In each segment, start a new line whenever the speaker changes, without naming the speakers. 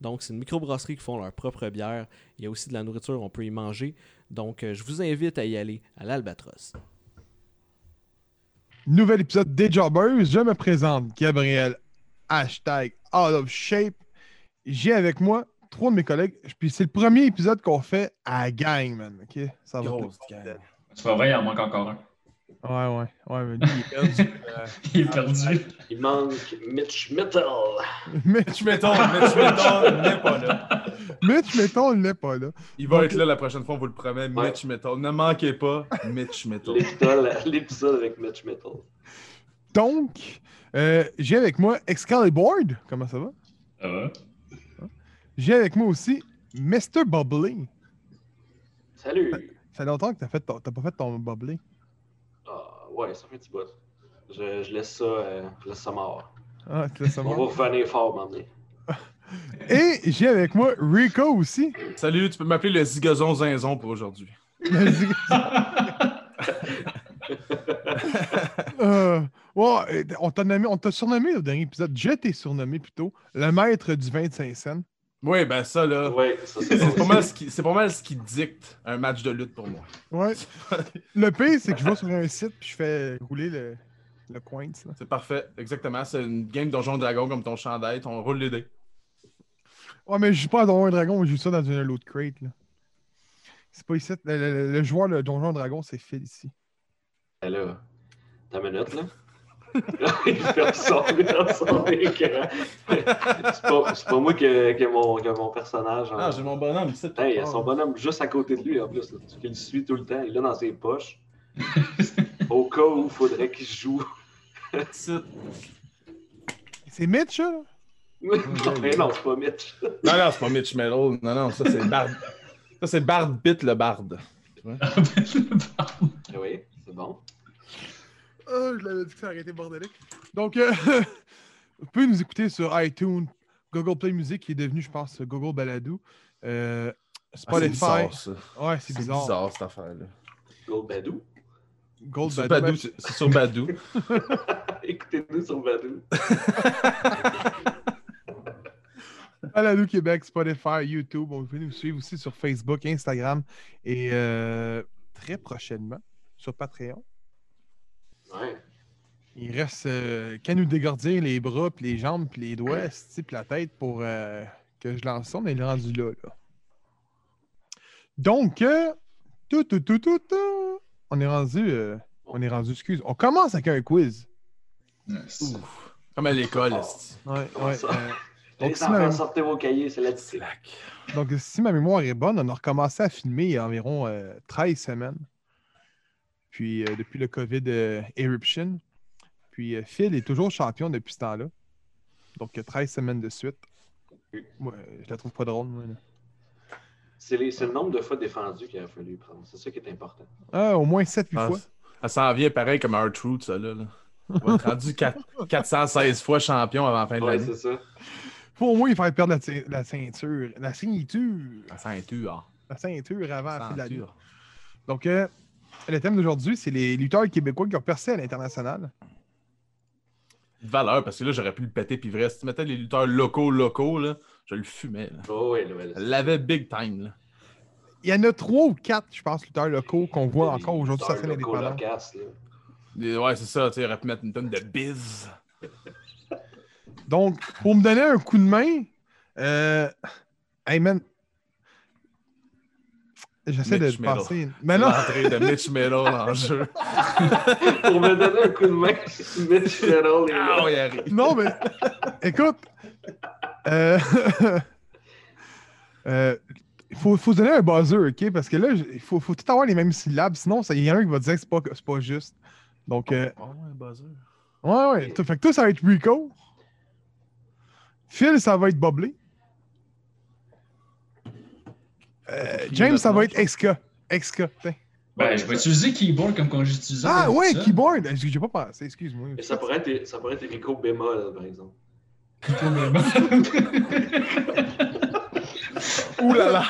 Donc, c'est une microbrasserie qui font leur propre bière. Il y a aussi de la nourriture, on peut y manger. Donc, euh, je vous invite à y aller à l'Albatros.
Nouvel épisode des Jobbers. Je me présente, Gabriel, hashtag out of shape. J'ai avec moi trois de mes collègues. Puis c'est le premier épisode qu'on fait à gang, man. OK? Ça va
Grosse
tout-
gang.
C'est pas vrai, il en manque encore un.
Ouais, ouais. Ouais, mais lui, il est perdu. euh,
Il est perdu.
Il manque Mitch Metal.
Mitch,
Mitch Metal, Mitch Metal n'est pas là.
Mitch, mettons, il n'est pas là.
Il va être là la prochaine fois, on vous le promet.
Ouais.
Mitch Metal. Ne manquez pas Mitch Metal.
L'épisode l'épisode avec Mitch Metal.
Donc, euh, j'ai avec moi Excalibur. Comment ça va?
Ça va?
J'ai avec moi aussi Mr. Bubbly.
Salut!
Ça fait longtemps que t'as fait ton- t'as pas fait ton bubbly.
Ah, ouais, ça fait un petit bout. Je, je laisse ça, euh, je laisse ça mort.
Ah, tu laisses ça
On
voir.
va revenir fort, m'emmener.
Et j'ai avec moi Rico aussi.
Salut, tu peux m'appeler le zigazon zinzon pour aujourd'hui.
Euh, ouais, on t'a nommé- on t'a surnommé au dernier épisode. Je t'ai surnommé plutôt le maître du 25 cents.
Oui, ben ça là.
Ouais, ça c'est
C'est pas,
bon.
mal ce qui, c'est pas mal ce qui dicte un match de lutte pour moi.
Ouais. Le pire, c'est que je vais sur un site puis je fais rouler le, le coin. ça.
C'est parfait, exactement. C'est une game Donjon Dragon comme ton chandail, on roule les dés.
Ouais, mais je joue pas à Donjon et Dragon, je joue ça dans une l'autre crate. là. C'est pas ici. Le, le- le- le joueur de Donjon et Dragon, c'est Phil ici.
Ben là, ta minute, là. il fait sombre dans son écran. c'est pas, c'est pas moi que, que, mon, que mon personnage. en-
Ah, j'ai mon bonhomme ici.
Hey, il y a son bonhomme juste à côté de lui, en plus. là. Tu le suis tout le temps. Il est là dans ses poches. Au cas où il faudrait qu'il joue.
Ici.
C'est Mitch, hein? ça, là?
non, mais non, c'est pas Mitch.
Non, non, c'est pas Mitch Metal. Non, non, ça c'est Bard. Ça c'est Bard Bit le Bard.
Ah, Eh oui, c'est bon.
Ah, je l'avais dit que ça aurait été bordélique. Donc, euh, vous pouvez nous écouter sur iTunes, Google Play Music, qui est devenu, je pense, Google Balado. Euh, Spotify.
Ah, ça.
ouais, c'est
C'est
bizarre.
bizarre. cette affaire là.
Gold Badou.
Gold
Sur
Balado.
Badou, c'est c'est sur Badou.
Écoutez-nous sur Badou.
Balado Québec, Spotify, YouTube. Vous pouvez nous suivre aussi sur Facebook, Instagram et euh, très prochainement sur Patreon.
Ouais.
Il reste euh, qu'à nous dégardir les bras, puis les jambes, puis les doigts, esti, puis la tête pour euh, que je lance ça. On est rendu là. là. Donc, euh, tout, tout, tout, tout, tout, on est rendu, euh, on est rendu, excuse. On commence avec un quiz.
Nice.
Ouf. Comme à l'école,
Oh,
esti.
Ouais, euh,
Comment ça?
donc,
Les
si ma,
enfants, sortez vos cahiers, c'est la dictée.
Slack.
donc, si ma mémoire est bonne, on a recommencé à filmer il y a environ euh, 13 semaines. Puis, euh, depuis le COVID euh, Eruption. Puis, euh, Phil est toujours champion depuis ce temps-là. Donc, euh, 13 semaines de suite. Moi, euh, je la trouve pas drôle, moi. là.
C'est les- c'est le nombre de fois défendu qu'il a fallu prendre. C'est ça qui est important.
Ah, au moins 7-8
Ah,
fois.
Elle s'en vient pareil comme un truth, ça là. là. On va être rendu quatre- 416 fois champion avant la fin de
Ouais,
l'année.
c'est ça.
Faut au moins faire perdre la, ti- la ceinture. La ceinture.
La ceinture.
La ceinture avant la fin de la
Ceinture.
lutte. Donc, euh, le thème d'aujourd'hui, c'est les lutteurs québécois qui ont percé à l'international.
De valeur, parce que là, j'aurais pu le péter, puis vrai, si tu mettais les lutteurs locaux, locaux, là, je le fumais. Là.
Oh, ouais, ouais,
Je l'avais big time. Là.
Il y en a 3 ou 4, je pense, lutteurs locaux qu'on voit encore aujourd'hui sur la scène
le
indépendante.
colocasse, là.
Et ouais, c'est ça, tu sais, j'aurais pu mettre une tonne de biz.
Donc, pour me donner un coup de main, euh, hey man, j'essaie de
Mitch Metal.
penser. Mais non,
L'entrée de Mitch Metal en jeu.
Pour me donner un coup de main, Mitch Metal est
Ah,
là.
il arrive.
non, mais écoute, euh, euh, faut, faut se donner un buzzer, ok? Parce que là, j- il faut, faut tout avoir les mêmes syllabes, sinon, ça- il y en a un qui va dire que c'est pas, c'est pas juste. Donc, euh,
Oh, un buzzer.
ouais, ouais. tout- Fait que toi, ça va être Rico. Phil, ça va être Boblé. Euh,
Faut qu'il
James,
mette
ça va
non.
être XK. XK, tiens.
Ben, je vais utiliser keyboard comme quand j'utilisais.
Ah
ouais,
ouais, keyboard! J'ai j'ai pas pensé, excuse-moi.
Mais ça pourrait être, ça pourrait être Rico bémol, par exemple.
Ouh là là!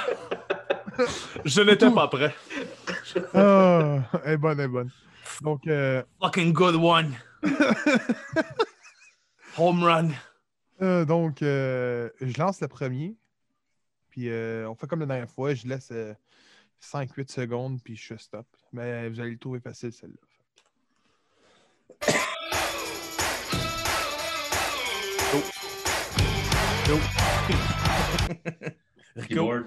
Je n'étais pas prêt.
Ah, elle est bonne, elle est bonne. Donc, euh,
Fucking good one. Home run.
euh, donc euh, je lance le premier. Puis euh, on fait comme la dernière fois, je laisse 5-8 secondes, puis je stop. Mais vous allez le trouver facile, celle-là.
Rico.
Keyboard.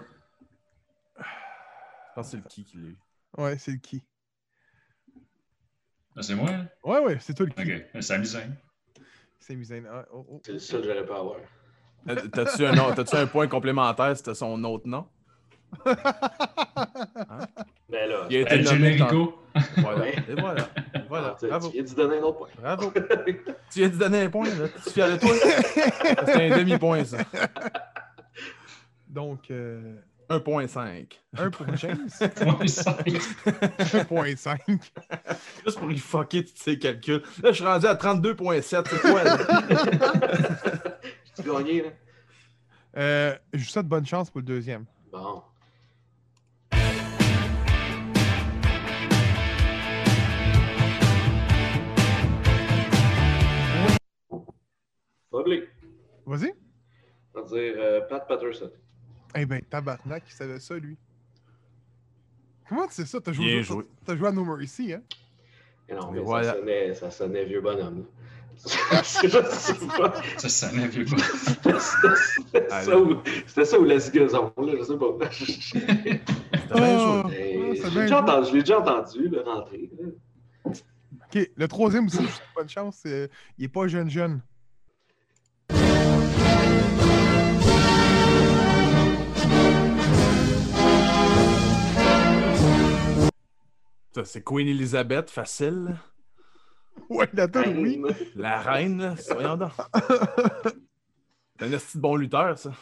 Je pense que c'est le qui qui l'a eu.
Ouais, c'est le qui.
Ah, c'est moi? hein?
Ouais, ouais, c'est toi le qui.
Ok, euh, c'est amusant.
C'est Mizaine. Ah, oh, oh.
C'est le seul que j'aurais pas à avoir.
Euh, T'as-tu un, nom- t'as-tu un point complémentaire? C'était son autre nom?
Mais Ben là,
Il a été
Hey,
nommé dans-
Rico.
Voilà. Et voilà. Et voilà.
ah, tu
Bravo.
tu viens d'y donner un autre point.
Bravo. Tu viens de donner un point, là. Tu fier de toi? C'est un demi-point, ça.
Donc, euh,
1.5.
1 pour James,
Ouais, cinq.
1.5.
Juste pour y fucker tous ces calculs. Là, je suis rendu à 32.7. C'est quoi, là?
Tu gagné, là?
Euh, je vous souhaite bonne chance pour le deuxième.
Bon. Public.
Vas-y.
On va dire euh, Pat Patterson.
Eh ben, tabarnak, il savait ça, lui. Comment tu sais ça? T'as joué,
Bien
au jeu-
joué.
T'as joué à No Mercy, hein?
Et non,
Mais
mais
voilà.
ça, sonnait, ça sonnait vieux bonhomme. là. C'est juste ça.
Ça, ça n'avait pas.
C'était ça ou- c'était ça ou la zigazon, là, je sais pas.
T'as bien joué.
Ah,
Mais
c'est
je
bien
l'ai déjà entendu, je l'ai déjà entendu, le rentrer. là.
Ok, le troisième aussi, je vous souhaite bonne chance. euh, il est pas jeune jeune.
Ça, C'est Queen Elizabeth, facile.
Ouais, la tête, oui.
La reine, là. C'est- Voyons donc. C'est un esti de bon lutteur, ça.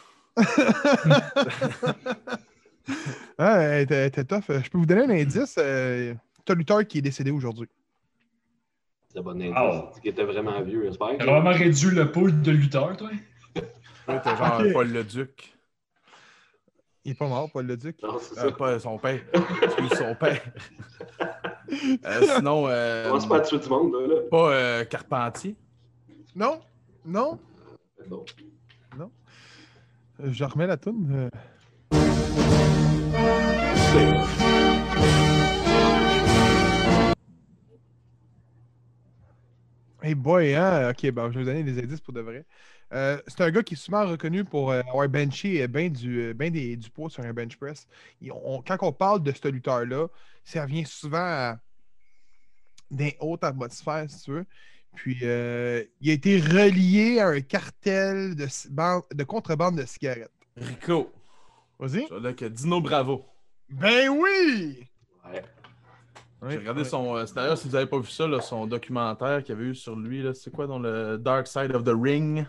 Ah, elle était- elle était tough. Euh, Je peux vous donner un indice. Euh, T'as Luther qui est décédé aujourd'hui.
C'est bon
Oh.
indice. C'est qu'il était vraiment vieux, j'espère.
T'as vraiment réduit le pool de lutteur, toi?
Ouais, t'es genre
Ok.
Paul le Duc.
Il est pas mort, Paul le Duc.
Non, c'est ça.
Euh, pas son père. Excuse son père. Euh, sinon, euh,
Commence pas à tuer du monde, là.
pas euh, Carpentier.
Non, non.
là. Non.
Euh, Je remets la toune. euh. Hey boy, hein? Ok, bon, je vais vous donner des indices pour de vrai. Euh, c'est un gars qui est souvent reconnu pour euh, avoir benché euh, ben du, euh, ben des, du poids sur un bench press. Il- on- quand on parle de ce lutteur-là, ça revient souvent à d'un haute atmosphère, si tu veux. Puis, euh, il a été relié à un cartel de, ci- ban- de contrebande de cigarettes.
Rico.
Vas-y.
Je dirais que Dino Bravo.
Ben oui!
Ouais.
J'ai regardé son. euh, c'est D'ailleurs, si vous n'avez pas vu ça, là, son documentaire qu'il y avait eu sur lui, là, c'est quoi dans le Dark Side of the Ring?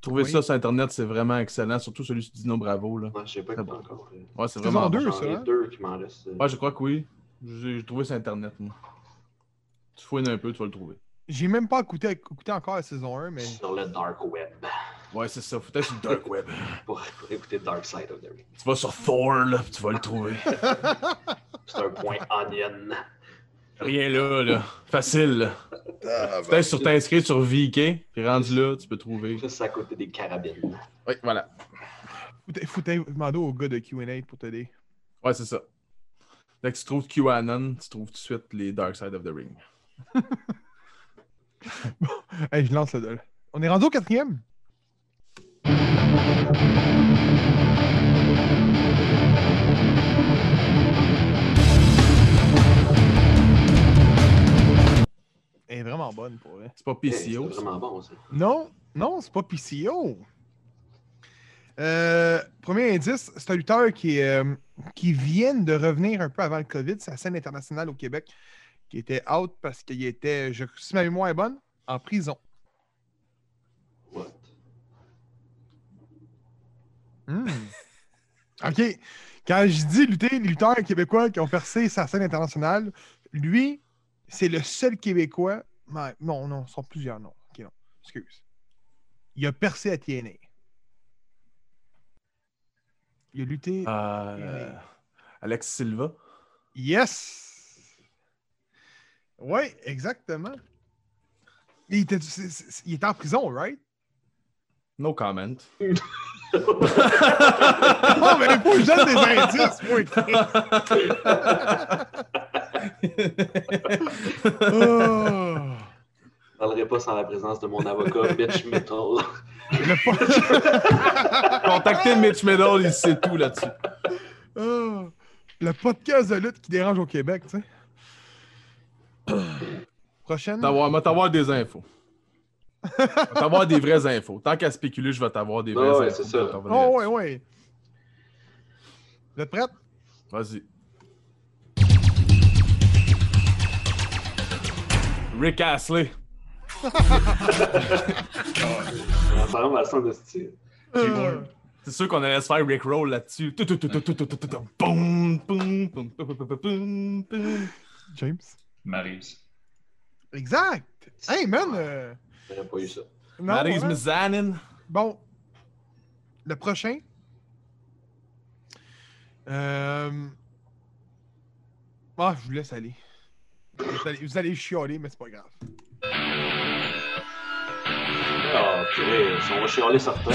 Trouvez
Oui.
ça sur Internet, c'est vraiment excellent, surtout celui sur Dino Bravo. Là.
Non, je sais pas
Très
qui
bon.
encore. euh,
Ouais, c'est
Saison
vraiment.
deux,
bon.
J'en
ça,
ai
hein?
deux qui m'en restent. euh.
Ouais, je crois que oui. J'ai j'ai trouvé sur Internet. moi. Tu fouines un peu, tu vas le trouver.
J'ai même pas écouté, écouté encore la saison 1, mais
Sur le Dark Web.
Ouais, c'est ça. Faut être sur le Dark Web.
Pour, pour écouter Dark Side of the Ring.
Tu vas sur Thor, là, puis tu vas le trouver.
C'est un point onion.
Rien là, là. Facile, là. Peut-être sur t'inscrire sur VK, puis rendu là, tu peux trouver.
Juste à côté des carabines.
Oui, voilà.
foutez- foutez- demandez au gars de QA pour t'aider.
Ouais, c'est ça. Dès que tu trouves QAnon, tu trouves tout de suite les Dark Side of the Ring.
Hey, je lance le dol. On est rendu au quatrième? Elle est vraiment bonne pour vrai.
C'est pas
Hey, C'est
PCO. ça.
vraiment bon, ça.
Non, non, c'est pas PCO. Euh, premier indice, c'est un lutteur qui, est, euh, qui vient de revenir un peu avant le COVID, sa scène internationale au Québec, qui était out parce qu'il était, je, si ma mémoire est bonne, en prison.
What?
Hmm. OK. Quand je dis lutter, les lutteurs québécois qui ont percé sa scène internationale, lui, c'est le seul Québécois. mais- Non, non, ce sont plusieurs noms. Ok, non, excuse. Il a percé à TNA. Il a lutté.
Euh, Alex Silva.
Yes! Oui, exactement. Il était, c'est- c'est- il était en prison, right?
No comment.
Non, mais faut que je donne des indices, moi. Oh.
Je parlerai pas sans la présence de mon avocat, Mitch Metal.
Le fuck.
Contactez Mitch Meadows, il sait tout là-dessus.
Oh. Le podcast de lutte qui dérange au Québec, tu sais. Prochaine. Ah,
T'avoir- M'a t'avoir des infos. M'a t'avoir des vraies infos. Tant qu'à spéculer, je vais t'avoir des vraies
Ah ouais,
infos.
c'est ça.
Je vais t'en
Oh,
revenir
ouais, ouais. Vous êtes prête?
là-dessus. Vas-y. Rick Astley.
Ça ressemble à ça de style.
Euh,
C'est sûr qu'on allait se faire Rick Roll là-dessus. Tout, tout, tout, tout, tout, tout, tout, tout. Boum, boum, boum, boum, boum, boum, boum, boum.
James.
Maryse.
Exact. Hey, man. euh,
J'aurais pas eu ça.
non,
Maryse
hein?
Mizanin.
Bon. Le prochain. Euh... Ah, je vous laisse aller. Vous allez, vous allez chialer, mais c'est pas grave.
Ah, purée, si on va chialer certains.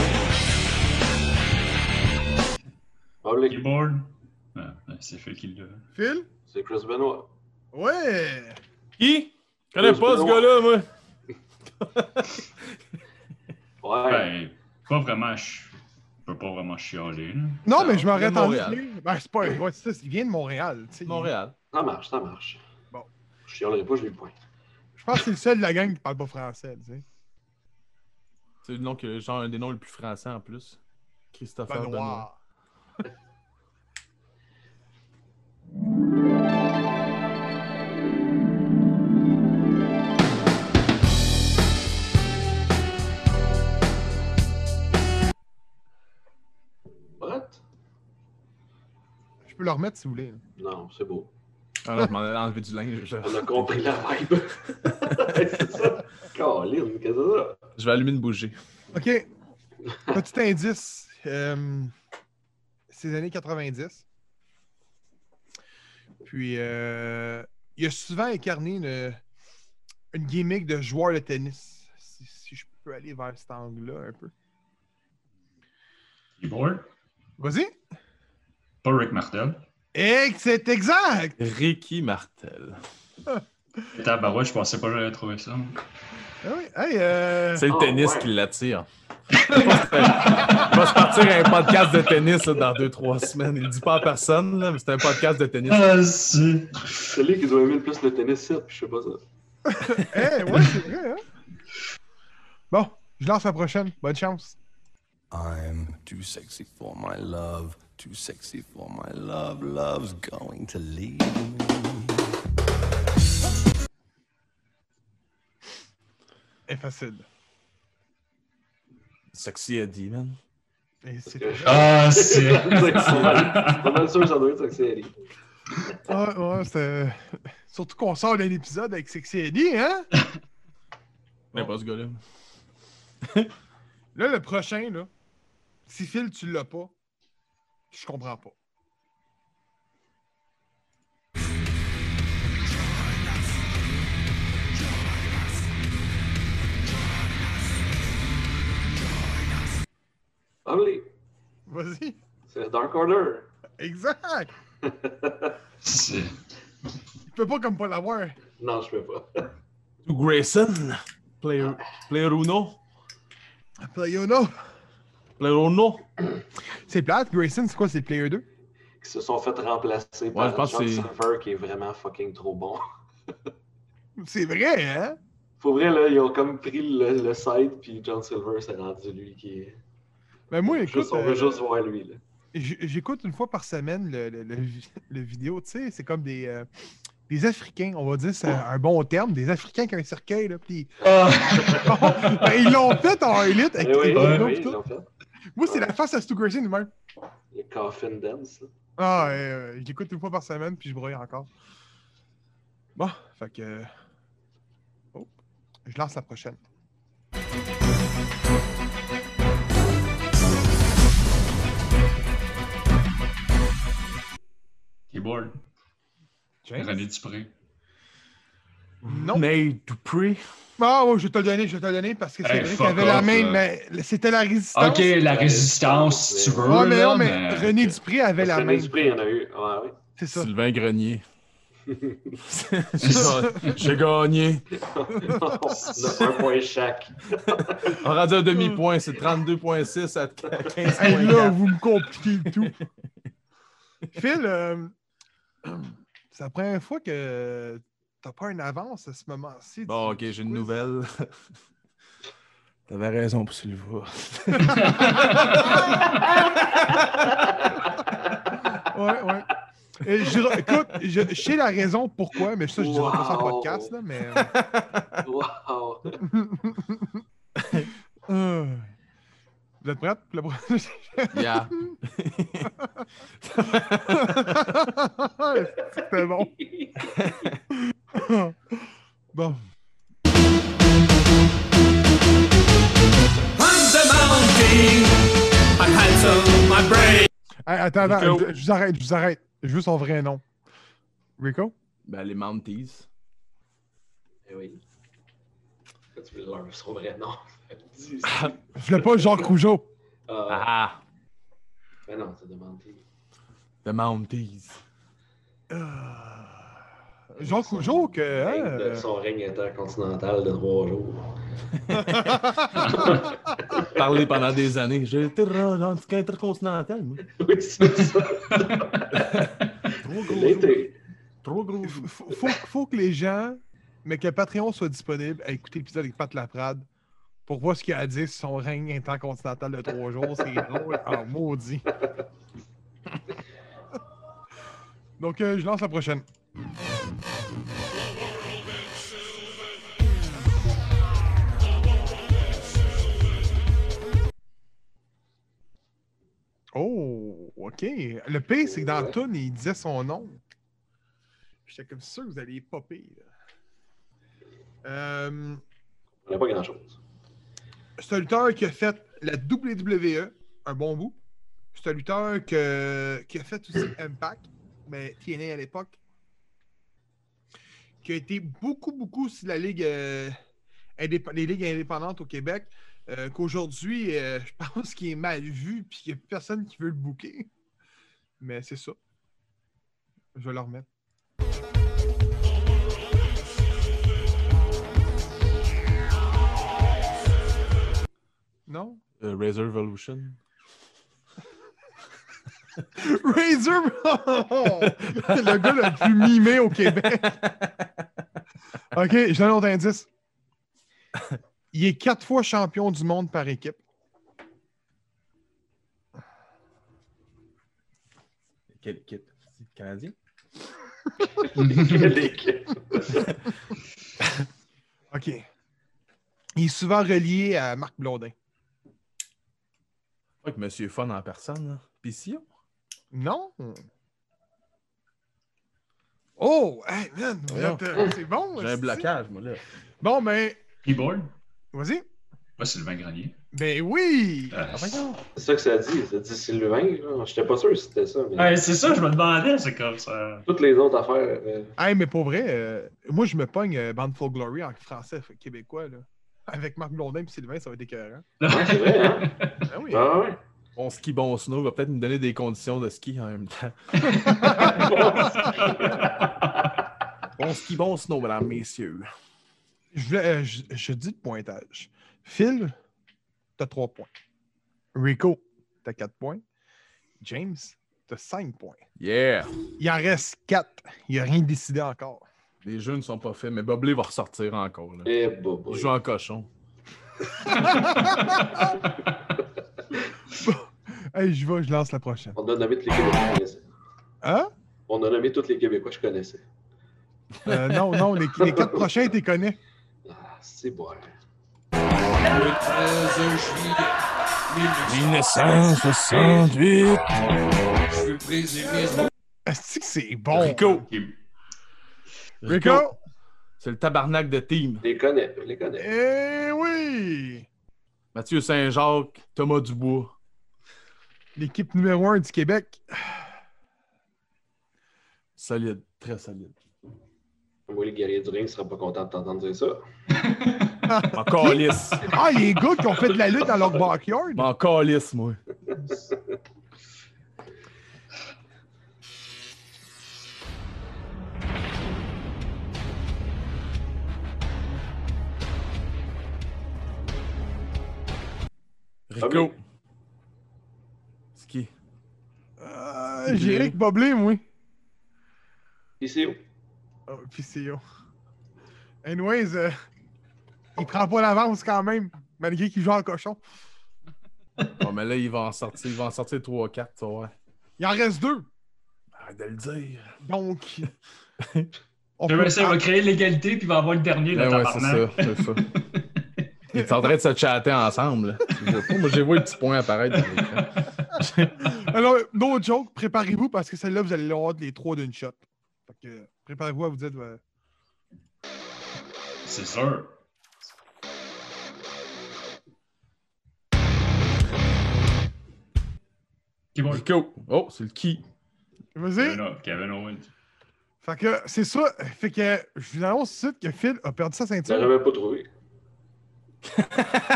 Public,
Keyboard. Ah, ben, c'est fait qu'il l'a.
Phil?
c'est Chris Benoit.
Ouais!
Qui? Je connais pas ce gars-là, moi.
Ouais,
Ben, pas vraiment. Je je peux pas vraiment chialer. là.
Non,
Non,
mais je
il vient
m'aurais
de
entendu.
Montréal.
Ben, c'est pas. Ouais, c'est ça, il vient de Montréal. tu sais.
Montréal.
ça marche, ça marche.
Bon.
Je chialerai pas, je lui pointe.
Je pense que c'est le seul de la gang qui parle pas français. Tu sais.
C'est le nom que, genre, un des noms les plus français en plus. Christopher
Benoît.
Benoît.
What?
Je peux le remettre si vous voulez. là.
Non, c'est beau.
Ah non, je m'en ai enlevé du linge. Je,
On a compris la vibe. c'est ça. Caroline, qu'est-ce que c'est ça?
je vais allumer une bougie.
OK. Petit indice. euh, c'est les années 90. Puis, euh, il a souvent incarné une, une gimmick de joueur de tennis. Si, si je peux aller vers cet angle-là un peu.
Keyboard.
Vas-y.
Pas Rick Martel.
Et que c'est exact!
Ricky Martel.
Tabarouette, je pensais pas que j'allais trouver ça. moi.
Ah oui. Hey, euh,
C'est le
Oh,
tennis
ouais.
qui l'attire. Il va se partir un podcast de tennis là, dans 2-3 semaines. Il le dit pas à personne, là, mais c'est un podcast de tennis.
Ah, si.
C'est lui qui doit aimer le plus le tennis, ça, puis je sais pas ça.
hey, ouais, c'est vrai, hein? Bon, je lance la prochaine. Bonne chance.
I'm too sexy for my love, too sexy for my love. Love's going to leave me.
Et facile.
Sexy Eddie, man.
Et c'est
Parce que-
Ah, si.
C'est pas mal sûr, ça doit être ça que c'est Ellie.
Ouais, Ah, ouais, c'est. Surtout qu'on sort d'un épisode avec Sexy Eddie, hein?
Je connais pas ce gars-là.
Là, le prochain, là, si Phil, tu l'as pas, je comprends pas.
Parlez.
Vas-y.
C'est Dark Order.
Exact.
Si.
Tu peux pas comme pas l'avoir.
Non, je peux pas.
Stu Grayson. Player, player Uno.
Player Uno.
Player Uno.
C'est plate. Grayson, c'est quoi? C'est Player 2?
Qui se sont fait remplacer
Ouais, je
par
pense que
John
c'est-
Silver qui est vraiment fucking trop bon.
C'est vrai, hein?
Pour vrai, là, ils ont comme pris le, le site, puis John Silver s'est rendu lui qui est.
Ben moi, écoute,
Juste- on veut
euh,
juste voir lui. Là.
j- j'écoute une fois par semaine le, le- le vi- le vidéo, tu sais, c'est comme des, euh, des Africains, on va dire, c'est un bon terme, des Africains qui ont un cercueil, là, pis
Ah,
Ben, ils l'ont fait en Elite avec
Eh oui,
les
eh
bonhommes
oui,
pis
ils
tout.
l'ont fait.
Moi, c'est la face à Stu Grayson lui-même.
Le Coffin Dance. là.
Ah, euh, je l'écoute une fois par semaine, puis je broye encore.
Bon, fait que.
oh, Je lance la prochaine.
Keyboard. René Dupré.
Non.
Nate Dupré.
Ah, ouais, je vais te le donner, je vais te le donner, parce que c'est
Hey,
vrai qu'il
fuck
avait la
off, là.
main, mais c'était la résistance.
Ah, Ok, la résistance, si tu veux.
Ouais, mais
là,
non, mais René Dupré avait la main.
René Dupré, il y en a eu. Ah, Ouais, oui.
C'est ça.
Sylvain Grenier. J'ai- J'ai gagné.
On a un point chaque.
On a rendu un demi-point, c'est 32,6 à 15
Hey, là,
points.
vous me compliquez le tout. Phil, euh, c'est la première fois que t'as pas une avance à ce moment-ci.
Bon, ok,
du- du
j'ai une
quiz.
nouvelle. T'avais raison pour Sylvain.
Ouais, ouais. Et je- écoute, je, je sais la raison pourquoi, mais ça, je dirais pas ça en
Wow.
podcast, là, mais... euh,
Wow.
euh, vous êtes prêts? pour la prochaine?
Yeah.
C'était bon. bon. Hey, attends, attends,
Rico.
je je vous arrête, je vous arrête. Je veux son vrai nom. Rico?
Ben, les Mounties.
Eh oui. Pourquoi Tu veux leur son vrai nom. Dis-
Je l'ai pas, Jean Rougeau.
Ah,
Ah,
ben non, t'as demandé.
The Mounties.
Jean Rougeau, que.
Règne de-
hein,
Son règne intercontinental de trois jours.
Parlé pendant des années. J'ai été dans le intercontinental, moi.
Oui, c'est ça.
Trop gros. jeu.
L'été.
Trop gros.
euh,
jeu.
faut, faut- faut que les gens, mais que Patreon soit disponible à écouter l'épisode avec Pat Laprade pour voir ce qu'il a à dire sur son règne intercontinental de trois jours. C'est drôle en maudit. Donc, euh, je lance la prochaine. Oh, ok. Le pire, c'est que dans le tune, il disait son nom. J'étais comme sûr que vous alliez popper. là. Euh,
On n'a pas grand-chose.
c'est un lutteur qui a fait la WWE, un bon bout. C'est un lutteur que- qui a fait aussi Impact, mais TNA à l'époque. Qui a été beaucoup, beaucoup sur la ligue, euh, indép- les ligues indépendantes au Québec. euh, Qu'aujourd'hui, euh, je pense qu'il est mal vu puis qu'il n'y a personne qui veut le bouquer. Mais c'est ça. Je vais le remettre. Non?
Euh, Razor Evolution.
Razor! Oh! le gars le plus mimé au Québec. OK, je donne un autre indice. Il est quatre fois champion du monde par équipe.
Quelle équipe? Canadien?
Quelle équipe.
OK. Il est souvent relié à Marc Blondin.
Avec Monsieur Fun en personne, là. Pis si, hein?
Non? Oh! Hey, man! vous
Voyons.
êtes, euh, C'est bon!
J'ai un
c'est-
blocage, moi, là.
Bon, ben,
Keyboard.
vas-y.
Pas Sylvain Grenier.
Ben oui!
Ah,
C'est ça que ça dit. Ça dit Sylvain. là. J'étais pas sûr que c'était ça. Mais
Ouais, c'est ça, je me demandais, c'est comme ça.
Toutes les autres affaires. euh,
Hey, mais pour vrai, euh, moi, je me pogne euh, Bandful Glory en français f- québécois, là. Avec Marc Blondin et Sylvain, ça va être écœurant.
Ouais, c'est vrai, hein?
Ben oui.
Ah ouais.
Bon ski, bon snow, va peut-être me donner des conditions de ski en même temps. Bon ski, bon snow, mesdames, messieurs.
Je, voulais- euh, je, je dis le pointage. Phil, t'as 3 points. Rico, t'as 4 points. James, t'as 5 points.
Yeah!
Il en reste 4. Il n'y a rien décidé encore.
Les jeux ne sont pas faits, mais Boblé va ressortir encore, là.
Eh, bobo.
Il joue en cochon.
Hey, je vais, je lance la prochaine.
On a nommé tous les Québécois que je connaissais.
Hein?
On a nommé tous les Québécois que je connaissais.
Euh, non, non, les, les 4 prochains, t'es connais.
Ah, c'est bon. vu prise, j'ai prise.
Est-ce que c'est bon?
Rico.
Qui-
Rico!
C'est le tabarnak de team.
Je les connais, je les connais.
Eh oui!
Mathieu Saint-Jacques, Thomas Dubois.
L'équipe numéro 1 du Québec.
Solide, très solide.
Moi, les guerriers du ring ne seraient pas contents de t'entendre dire ça.
M'en calisse.
Ah, les gars qui ont fait de la lutte dans leur backyard.
M'en calisse, moi. Rico. C'est qui?
Euh, J'ai Rick Boblé, moi.
Ici, où?
Oh, puis c'est yo. Anyways, euh, il prend pas l'avance quand même, malgré qu'il joue en cochon.
Bon, Ah, mais là, il va en sortir, il va en sortir 3-4, tu vois.
Il en reste deux.
Arrête de le dire.
Donc. on
Je
peut-
vais essayer, il va créer l'égalité, puis il va avoir le dernier, le
Ben ouais, c'est ça,
tabarnak.
c'est ça. Ils sont en train de se chatter ensemble. Je vois pas, Moi, j'ai vu le petit point apparaître dans l'écran.
Alors, no joke, préparez-vous parce que celle-là, vous allez l'avoir les trois d'une shot. Fait que, préparez-vous à vous dire. euh,
C'est sûr.
Qui va-
Rico. Oh, c'est le qui?
Vas-y.
Kevin, O- Kevin Owens.
Fait que, c'est ça. Fait que, je vous annonce tout de suite que Phil a perdu sa
Je
ceinture.
l'avais pas trouvé.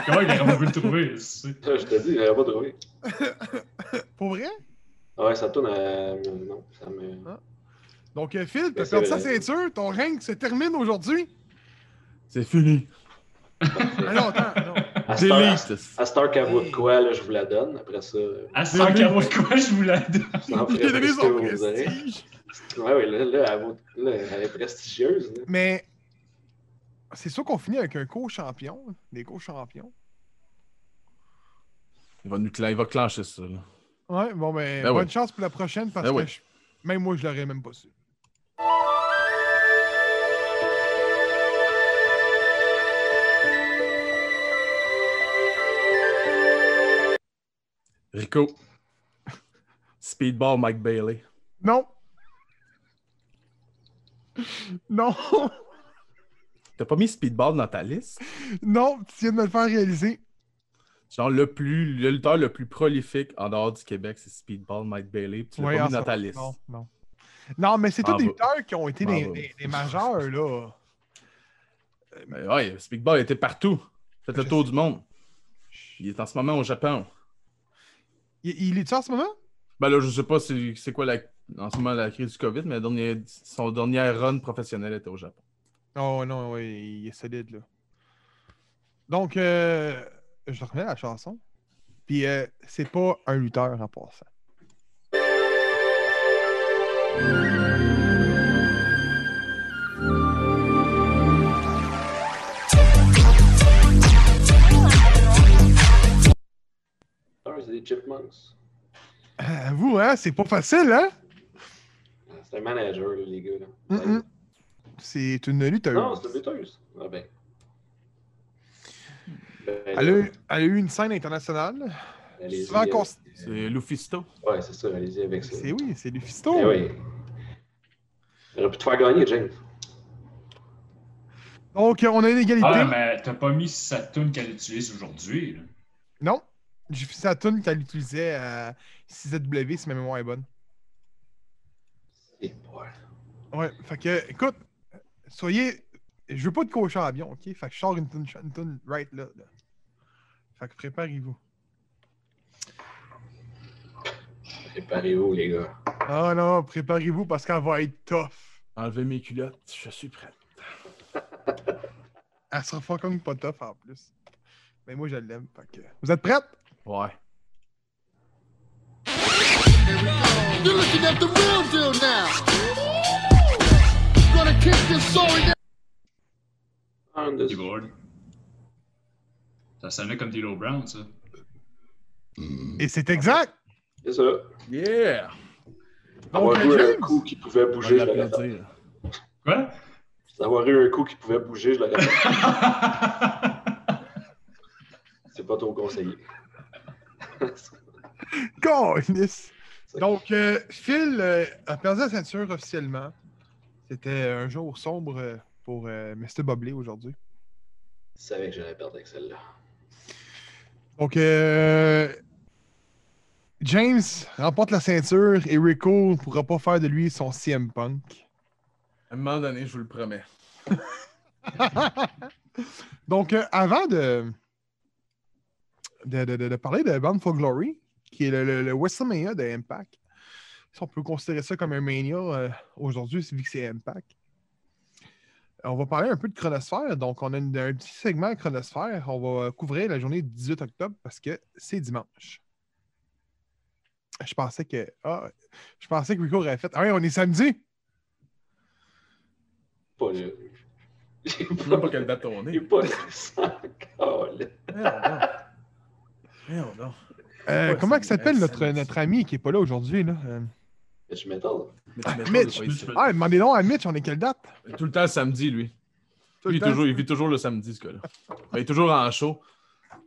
Comment il aurait pas pu le trouver? c'est-
Ça, Je te dis, je l'avais pas trouvé.
Pour vrai?
Ah ouais, ça tourne à. Non, ça me.
Donc, euh, Phil, t'as
Ben,
perdu
c'est
sa
vrai.
ceinture. Ton règne se termine aujourd'hui.
C'est fini.
Ah non, attends, non.
À Star, à,
Delete.
à Star Cabo de quoi, là, je vous la donne. Après ça, euh,
À 100 carreaux de quoi je vous la donne?
je vous en ferai
Il a donné
ce que
son
vous me direz.
prestige.
Ouais, ouais, là, là, elle, vaut- là, elle est prestigieuse. là.
Mais c'est sûr qu'on finit avec un co-champion, des co-champions.
Il va nous cla- il va clencher ça. là.
Ouais, bon, ben,
Ben oui.
bonne chance pour la prochaine parce
Ben
que
oui.
je- même moi, je l'aurais même pas su.
Rico. Speedball Mike Bailey.
Non! Non!
T'as pas mis Speedball dans ta liste?
Non, tu viens de me le faire réaliser.
Genre, le plus le lutteur le plus prolifique en dehors du Québec, c'est Speedball Mike Bailey. puis Tu l'as
Ouais,
pas
en
mis dans ta
sorte.
liste.
Non, non. Non, mais c'est tous
Bravo.
des lutteurs qui ont été des,
Bravo.
des- des majeurs, là.
Mais ouais, Speedball était partout. Faites le
Je
tour du monde. Il est en ce moment au Japon.
Il, il est-tu en ce moment?
Ben là, je sais pas c'est c'est quoi la, en ce moment la crise du COVID, mais la dernière- son dernier run professionnel était au Japon.
Oh non, oui, il est solide, là. Donc, euh, je remets la chanson. Puis, euh, c'est pas un lutteur en passant.
Ah, c'est des Chipmunks.
Euh, vous, hein, c'est pas facile, hein?
Ah, C'est un manager, là, les gars. Là. Ben,
Mm-mm. C'est une lutteuse.
Non, c'est une lutteuse. Ah ben. Ben,
Elle a, eu- elle a eu une scène internationale.
allez-y
souvent
avec-
const-
C'est Lufisto.
Ouais, c'est ça, allez-y avec ça.
C'est oui, c'est Lufisto.
Eh oui. Il aurait pu te faire gagner, James.
Donc, euh, on a une égalité.
Ah, mais t'as pas mis sa toune qu'elle utilise aujourd'hui. là.
Non, j'ai fait sa tune qu'elle utilisait à 6ZW, si ma mémoire est bonne.
C'est pas.
Ouais, fait que, écoute, soyez. Je veux pas de cochon à avion, ok? Fait que je sors une tune, une tune right là, là. Fait que préparez-vous.
Préparez-vous, les gars.
Ah non, préparez-vous parce qu'elle va être tough.
Enlevez mes culottes, je suis prêt.
Elle sera fucking pas tough en plus. Mais moi, je l'aime. Fait que. Vous êtes prêtes?
Ouais.
You're looking at the real deal now. Gonna kick this sorry
Un, deux,
Keyboard. Ça sonnait comme Tilo Brown, ça.
Et c'est exact!
C'est ça.
Yeah!
Avoir
euh,
eu un
James.
coup qui pouvait
On
bouger, je l'aurais fait.
l'applaudir.
Quoi?
D'avoir eu un coup qui pouvait bouger, je l'aurais fait. C'est pas trop conseillé.
Golis! Donc, euh, Phil euh, a perdu la ceinture officiellement. C'était un jour sombre euh, pour euh, Mr. Bobley aujourd'hui.
Je savais que j'allais perdre avec celle-là.
Donc, euh, James remporte la ceinture et Rico ne pourra pas faire de lui son CM Punk.
À un moment donné, je vous le promets.
Donc, euh, avant de, de, de- de- de parler de Bound for Glory, qui est le, le, le WrestleMania de Impact, si on peut considérer ça comme un mania euh, aujourd'hui, vu que c'est Impact, euh, on va parler un peu de chronosphère. Donc, on a une- un petit segment chronosphère. On va couvrir la journée du 18 octobre parce que c'est dimanche. Je pensais que. Ah, je pensais que Rico aurait fait. Ah oui, on est samedi!
Pas là. J'ai
Je sais même pas
pas,
quelle date on
j'ai
est.
pas le sang encore, là.
Merde, non. Merde, non.
Euh,
Ouais,
comment
c'est
il s'appelle notre,
samedi.
notre ami qui n'est pas là aujourd'hui? là? Euh,
Mais je m'étonne.
Mais tu m'étonnes,
Mitch,
il est pas ici.
Ah, demandez donc à Mitch, on est quelle date?
Tout le temps le samedi, lui.
Tout
Lui,
le
il,
temps.
toujours, il vit toujours le samedi, ce gars-là. Ben, il est toujours en show.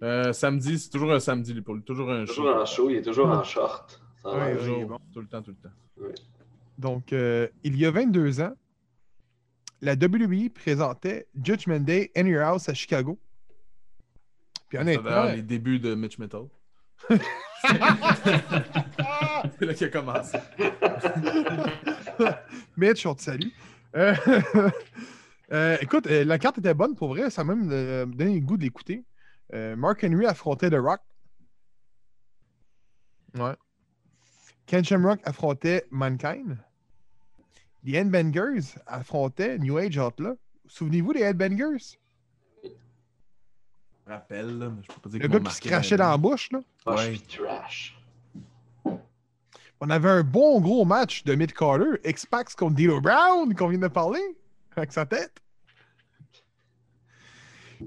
Euh, samedi, c'est toujours un samedi, lui, pour lui. Toujours un show.
Toujours en chaud, il est toujours en short. Ça
Ouais,
va.
ouais.
Toujours.
il est Ah bon.
Tout le temps, tout le temps.
Donc, euh, il y a 22 ans, la WWE présentait Judgment Day in Your House à Chicago. Puis
C'est d'ailleurs
honnêtement,
les débuts de Mitch Metal. c'est là qu'il a commencé.
Mitch, on te salue. Euh, euh, écoute, euh, la carte était bonne pour vrai, ça m'a même euh, donné le goût de l'écouter. Euh, Mark Henry affrontait The Rock. Ouais. Ken Shamrock affrontait Mankind. Les Headbangers affrontaient New Age Outlaw. Souvenez-vous des Headbangers?
Rappel, là, mais je peux pas dire
Le
qu'ils
gars
m'ont
qui se
marqué
crachait dans la bouche, là.
Ah, je
Ouais.
suis trash.
On avait un bon gros match de Mid Carter, X-Pax contre D'Lo Brown, qu'on vient de parler, avec sa tête.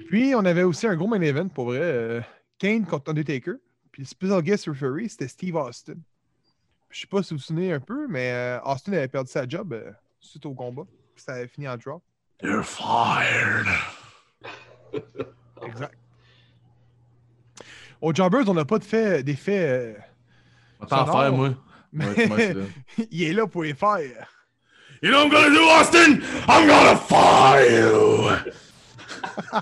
Puis, on avait aussi un gros main event, pour vrai, euh, Kane contre Undertaker. Puis, le special guest referee, c'était Steve Austin. Je sais pas si vous vous souvenez un peu, mais euh, Austin avait perdu sa job euh, suite au combat. Puis, ça avait fini en drop.
You're fired.
Exact. Aux Jobbers, on n'a pas de fait, des faits, euh,
On va t'en
Sonore.
faire, moi. Ouais,
mais
tu m'as dit, là.
euh, il est là pour les faire.
You know what I'm gonna do, Austin? I'm gonna fire you!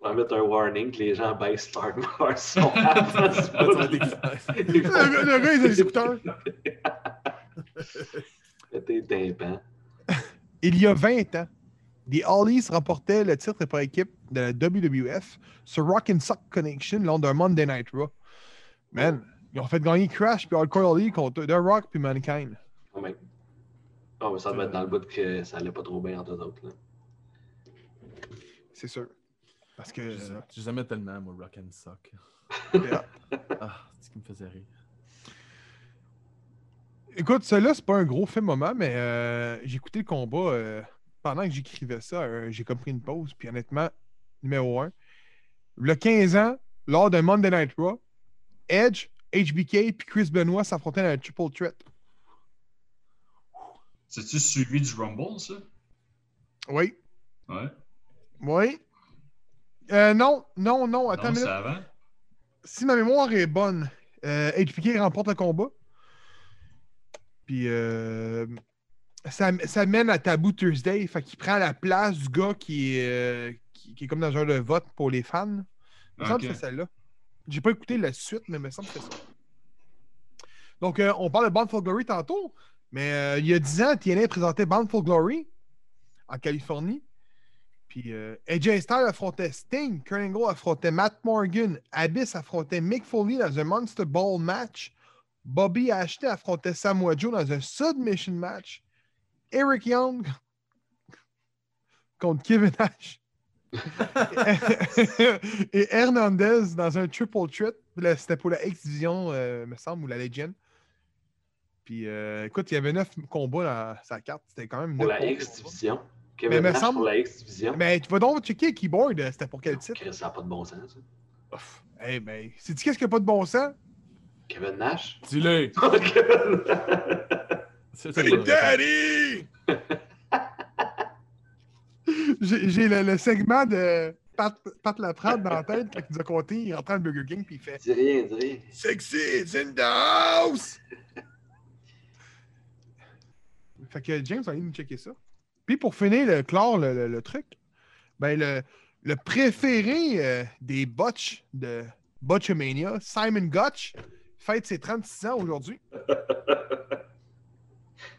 On va mettre un warning que les gens baissent leur leur son avant ce
Le gars, le gars, il a les écouteurs.
Mettez des tympans.
Il y a 20 ans, les Hollies remportaient le titre par équipe de la WWF sur Rock and Sock Connection lors d'un Monday Night Raw. Man, ils ont fait gagner Crash puis Hardcore Holly contre The Rock puis Mankind.
Ah, mais- Ah, mais ça va être dans le bout que ça allait pas trop bien entre eux autres. là.
C'est sûr. Parce que. euh,
J'ai jamais tellement, moi, rock and sock.
Yeah.
Ah, c'est ce qui me faisait rire.
Écoute, celui-là, c'est pas un gros fait moment, mais euh, j'ai écouté le combat euh, pendant que j'écrivais ça. euh, j'ai compris une pause. Puis honnêtement, numéro 1. Le 15 ans, lors d'un Monday Night Raw, Edge, HBK puis Chris Benoit s'affrontaient dans un triple threat.
C'est-tu suivi du Rumble, ça?
Oui.
Ouais.
Oui. Euh, non, non, non. Attends,
non,
mais
c'est avant.
si ma mémoire est bonne, euh, HBK remporte le combat. Puis euh, ça, ça mène à Taboo Thursday. Fait qu'il prend la place du gars qui est, euh, qui, qui est comme dans un genre de vote pour les fans. Il me semble
Ok.
que c'est celle-là. J'ai pas écouté la suite, mais il me semble que c'est ça. Donc, euh, on parle de Bound for Glory tantôt, mais euh, il y a 10 ans, TNA présentait Bound for Glory en Californie. Puis euh, AJ Styles affrontait Sting, Kurt Angle affrontait Matt Morgan, Abyss affrontait Mick Foley dans un Monster Ball match, Bobby Ashley affrontait Samoa Joe dans un Submission match, Eric Young contre Kevin Nash et Hernandez dans un triple threat. Là, C'était pour la X-Division, euh, me semble, ou la Legend. Puis euh, écoute, il y avait neuf combats dans sa carte. C'était quand même
Pour
neuf
la
bons combats.
X-Division. Kevin
me
Nash
semble-
pour la X-Division.
Mais tu vas donc checker le keyboard, euh, c'était pour quel titre?
Chris, er ça n'a pas de bon sens. ça.
Eh ben, c'est tu qu'est-ce qui a pas de bon sens?
Kevin Nash?
Dis-le!
Kevin Nash.
C'est ça,
Hey,
je-
Daddy! J'ai j'ai le, le segment de Pat, Pat Laprade dans la tête quand il nous a compté, il rentre dans le Burger King puis il fait
Dis rien, dis rien.
Sexy, it's in the house! fait que James va aller nous checker ça. Puis pour finir, le clore, le, le- le truc, ben le, le préféré euh, des botch de Botchamania, Simon Gotch, fête ses 36 ans aujourd'hui.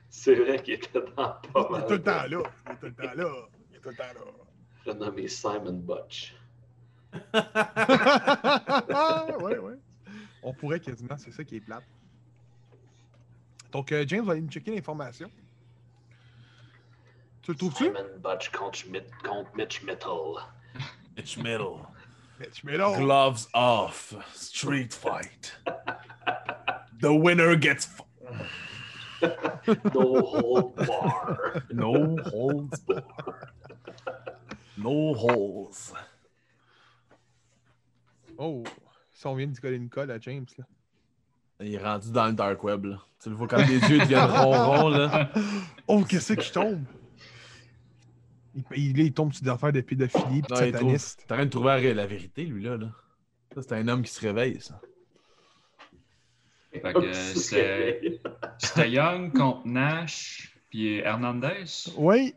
C'est vrai qu'il était dans pas
Il
mal.
est tout le temps là. Il est tout le temps là. Il est tout le temps
Je l'ai nommé Simon Butch.
là. ouais, ouais. On pourrait quasiment, c'est ça qui est plate. Donc, euh, James va aller me checker l'information. Tu le trouves-tu?
Simon Butch contre, Schmidt- contre Mitch Mitchell.
It's metal.
Mais tu mets
Oh.
là.
Gloves off. Street fight. The winner gets. f-
No hold bar.
No holds barred. No holes.
Oh, ça, on vient de coller une colle à James. Là.
Il est rendu dans le dark web. Là. Tu le vois quand les yeux deviennent ronrons. Là.
Oh, qu'est-ce que je tombe? Il, il, là, il tombe sur des affaires de pédophilie pis de
Non, il trouve...
sataniste.
T'es en train de trouver la la vérité, lui-là. Là. Ça, c'est un homme qui se réveille, ça.
Fait que c'est- c'était Young contre Nash, puis Hernandez.
Oui,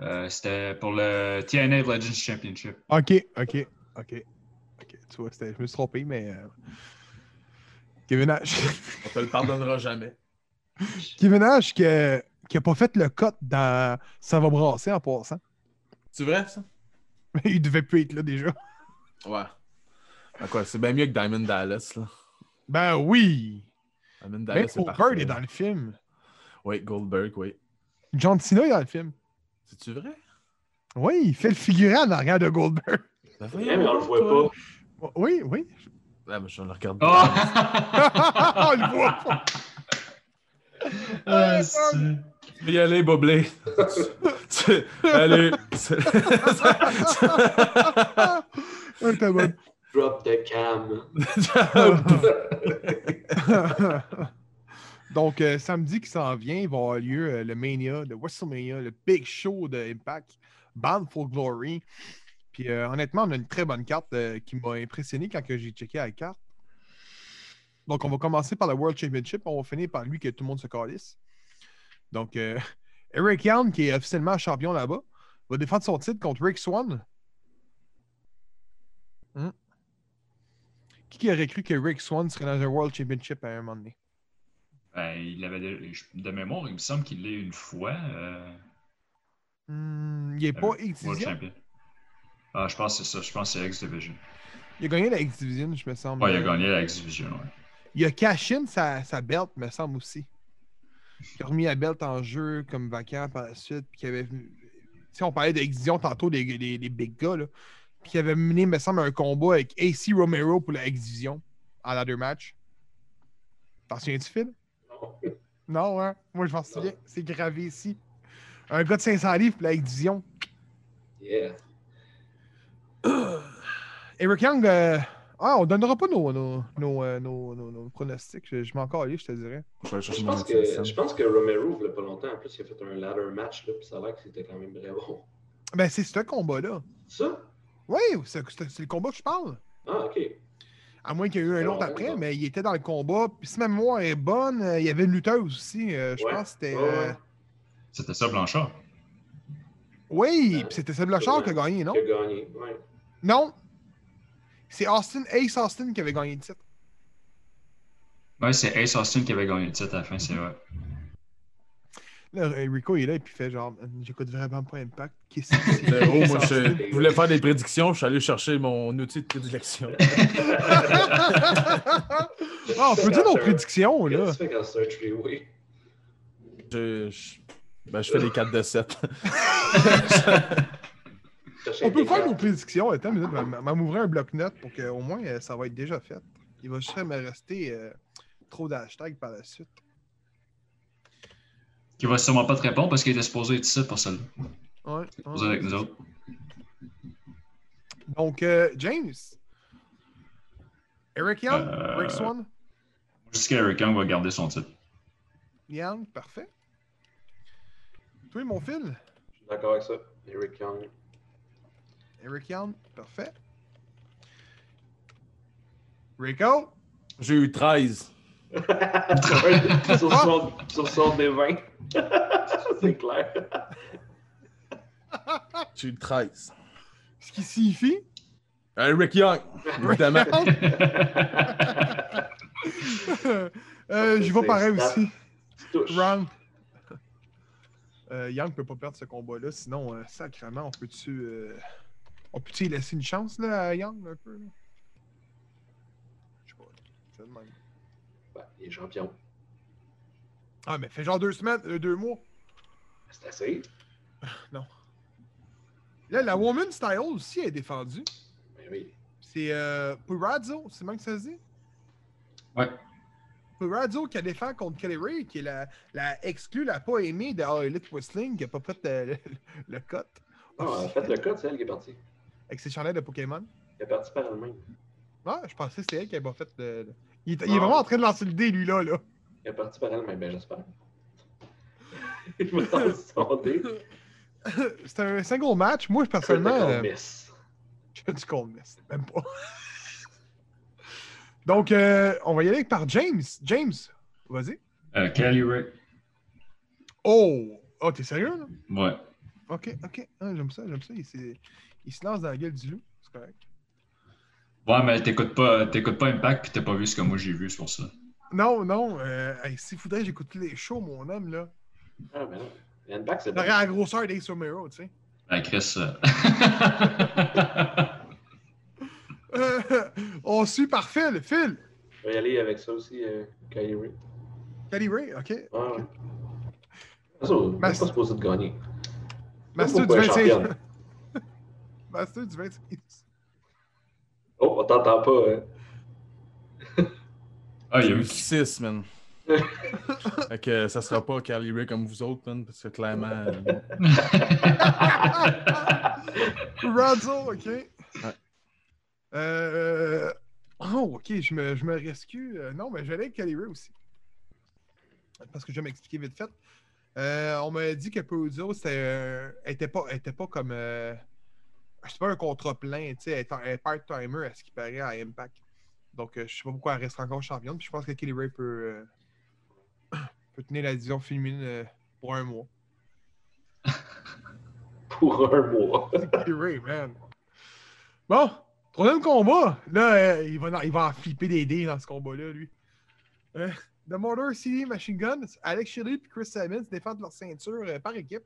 Euh, c'était pour le TNA Legends Championship.
ok, ok, ok. Ok, tu vois, c'était- je me suis trompé, mais. euh, Kevin Nash.
On te le pardonnera jamais.
Kevin Nash qui n'a pas fait le cut dans Ça va brasser en passant.
C'est vrai, ça?
Mais il devait plus être là déjà.
Ouais. Ben quoi, c'est bien mieux que Diamond Dallas, là.
Ben oui!
Diamond
Même
Dallas, Ben c'est
Goldberg
parfait.
est dans le film.
Oui, Goldberg, oui.
John Cena est dans le film.
C'est-tu vrai?
Oui, il fait le figurant dans l'arrière de Goldberg.
Ben
Même, on le voit pas.
Oui, oui.
pas. Ah, mais je le regarde
Oh!
pas.
on le voit pas.
Ah, c'est-
Je vais y aller, Boblé. Tu- Allez.
Ouais, t'as bon.
Drop the cam.
Donc, euh, samedi qui s'en vient, il va avoir lieu euh, le Mania, le WrestleMania, le Big Show de Impact, Bound for Glory. Puis euh, honnêtement, on a une très bonne carte euh, qui m'a impressionné quand que j'ai checké la carte. Donc, on va commencer par le World Championship. On va finir par lui que tout le monde se calisse. Donc, euh, Eric Young, qui est officiellement champion là-bas, va défendre son titre contre Rick Swan. Hmm. Qui, qui aurait cru que Rick Swan serait dans un World Championship à un moment donné?
Ben, il avait de, je- de mémoire, il me semble qu'il l'est une fois. euh,
Hmm, il n'est
euh,
pas
World
X-Division.
Champion. Ah, je pense que c'est ça. Je pense que c'est X Division.
Il a gagné la X-Division, je me semble.
Ouais, il a gagné la X Division, ouais.
Il a cash in sa, sa belt, me semble aussi. Il a remis la belt en jeu comme vacant par la suite. Puis qu'il avait. Tu sais, on parlait de X-Division tantôt, des, des- des big gars, là. Puis il avait mené, me semble, un combat avec AC Romero pour la X-Division en ladder match. T'en souviens-tu, Phil? Non, hein? Moi, je m'en souviens. C'est gravé ici. Un gars de 500 livres pour la X-Division.
Yeah.
Eric Young, euh, ah, on donnera pas nos, nos, nos, euh, nos- nos- nos pronostics. Je, je m'en calais, je te dirais.
Je vais aller chercher
Je
mon
pense, que,
Mathieu
je
Sam.
pense que Romero, il y a pas longtemps, en plus, il a fait un ladder match, là, puis ça a l'air que c'était quand même très bon.
Ben, c'est ce combat-là.
Ça?
Oui, c'est c'est- c'est le combat que je parle.
Ah, ok.
À moins qu'il y ait eu un
Alors,
autre après,
ouais.
mais il était dans le combat. Puis si ma mémoire est bonne, euh, il y avait une lutteuse aussi. euh, je
Ouais.
pense que c'était.
Ouais, ouais.
euh,
C'était ça, Blanchard.
Oui,
Ouais.
puis c'était Seb Lachard
Ouais.
qui a gagné, non?
Il a gagné. Ouais.
Non. C'est Austin, Ace Austin qui avait gagné le titre.
Ouais, c'est Ace Austin qui avait gagné le titre à la fin, c'est vrai.
Là, euh, Rico est là et puis il fait genre, euh, j'écoute vraiment pas Impact. Qu'est-ce que c'est?
Mais oh, moi,
Ace Austin.
je je voulais faire des prédictions. Je suis allé chercher mon outil de prédilection.
Ah, on peut dire nos
Qu'est-ce que tu
prédictions,
fais
Oh, là.
quand c'est un three-way?
Je, je- ben, je fais des 4 de 7.
On peut faire nos prédictions. Attends, une minute, je vais m'ouvrir un bloc-notes pour qu'au moins euh, ça va être déjà fait. Il va juste me rester euh, trop d'hashtags par la suite.
Qui va sûrement pas te répondre parce qu'il était supposé être ici pour ça.
Ouais,
Supposé
ouais.
avec nous autres.
Donc, euh, James. Eric Young,
Euh,
Rick Swan,
Jusqu'à Eric Young va garder son titre.
Young, parfait. Toi, mon fil.
D'accord avec ça. Eric Young.
Eric Young, parfait. Rico,
J'ai eu 13.
sur,
Ah!
son, sur son des 20. c'est clair.
J'ai eu 13.
ce qui signifie
Euh, Rick Young, évidemment.
Euh, J'y vais
C'est
pareil
stat.
aussi.
Tu touches.
Wrong. Euh, Yang peut pas perdre ce combat-là, sinon, euh, sacrément, on peut-tu. euh, On peut-tu y laisser une chance là, à Yang un peu? là? Je sais pas. c'est de même.
Ouais, il est champion.
Ah, mais fait genre deux semaines, euh, deux mois.
C'est assez.
Là, la Woman Style aussi est défendue.
Ben oui.
C'est euh, Purazzo, c'est même que ça se dit?
Ouais.
Purazzo qui a défend contre Kelly Ray, qui est la, la exclue, la pas aimée de All Elite Wrestling, qui a pas fait euh, le, le cut.
Non, en fait, le code, c'est elle qui est partie.
Avec ses chandelles de Pokémon.
Elle est partie par elle-même.
Ah, je pensais que c'était elle qui avait pas fait le. le- Il, est, il est
Ah.
vraiment en train de lancer le dé, lui, là. là.
Elle est partie par elle-même, ben j'espère. Il me lance son dé.
C'était un single match. Moi, personnellement.
Critical
euh,
miss.
Je du cold mess. Même pas. Donc, euh, on va y aller par James. James, vas-y.
Euh, Kelly Ray.
Oh! Oh, t'es sérieux, là?
Ouais.
Ok, ok. Ah, j'aime ça, j'aime ça. Il, s'est- il se lance dans la gueule du loup. C'est correct.
Ouais, mais t'écoutes pas, t'écoutes pas Impact pis t'as pas vu ce que moi j'ai vu, c'est pour ça.
Non, non. Euh, hey, S'il faudrait que j'écoute tous les shows, mon homme, là.
Ah, ben non. Handback, c'est bon.
J'aurais la grosseur d'Ace Romero, tu sais.
La Chris. euh,
Euh, on suit par Phil. Phil!
Je vais y aller avec ça aussi, euh, Kylie Ray.
Kelly Ray, ok.
Ouais, ouais. Ça, on
Mas-
est pas supposé de gagner.
Master du
Pourquoi
25.
championne?
Master du 25.
Oh, on t'entend pas, hein.
Ah, il y
J'ai
a
eu
eu.
6, man. fait que euh, ça sera pas calibré comme vous autres, man, parce que clairement. euh, non.
Razzle, ok. Euh... Oh, ok, je me, je me rescue. Euh, non, mais j'allais avec Calibre aussi. Parce que je vais m'expliquer vite fait. Euh, on m'a dit que Peruzo, c'était euh, elle était pas, elle était pas comme. Euh... C'est pas un contrat plein, tu sais. Elle est un- elle est part-timer à ce qui paraît à Impact. Donc, euh, je sais pas pourquoi elle reste encore championne. Puis je pense que Kelly Ray peut, euh, peut tenir la division féminine euh, pour un mois.
Pour un mois.
Hey, Ray, man. Bon, troisième combat. Là, euh, il, va, en- il va en flipper des dés dans ce combat-là, lui. Euh, The Murder City Machine Gun, Alex Shirley et Chris Sammons défendent leur ceinture euh, par équipe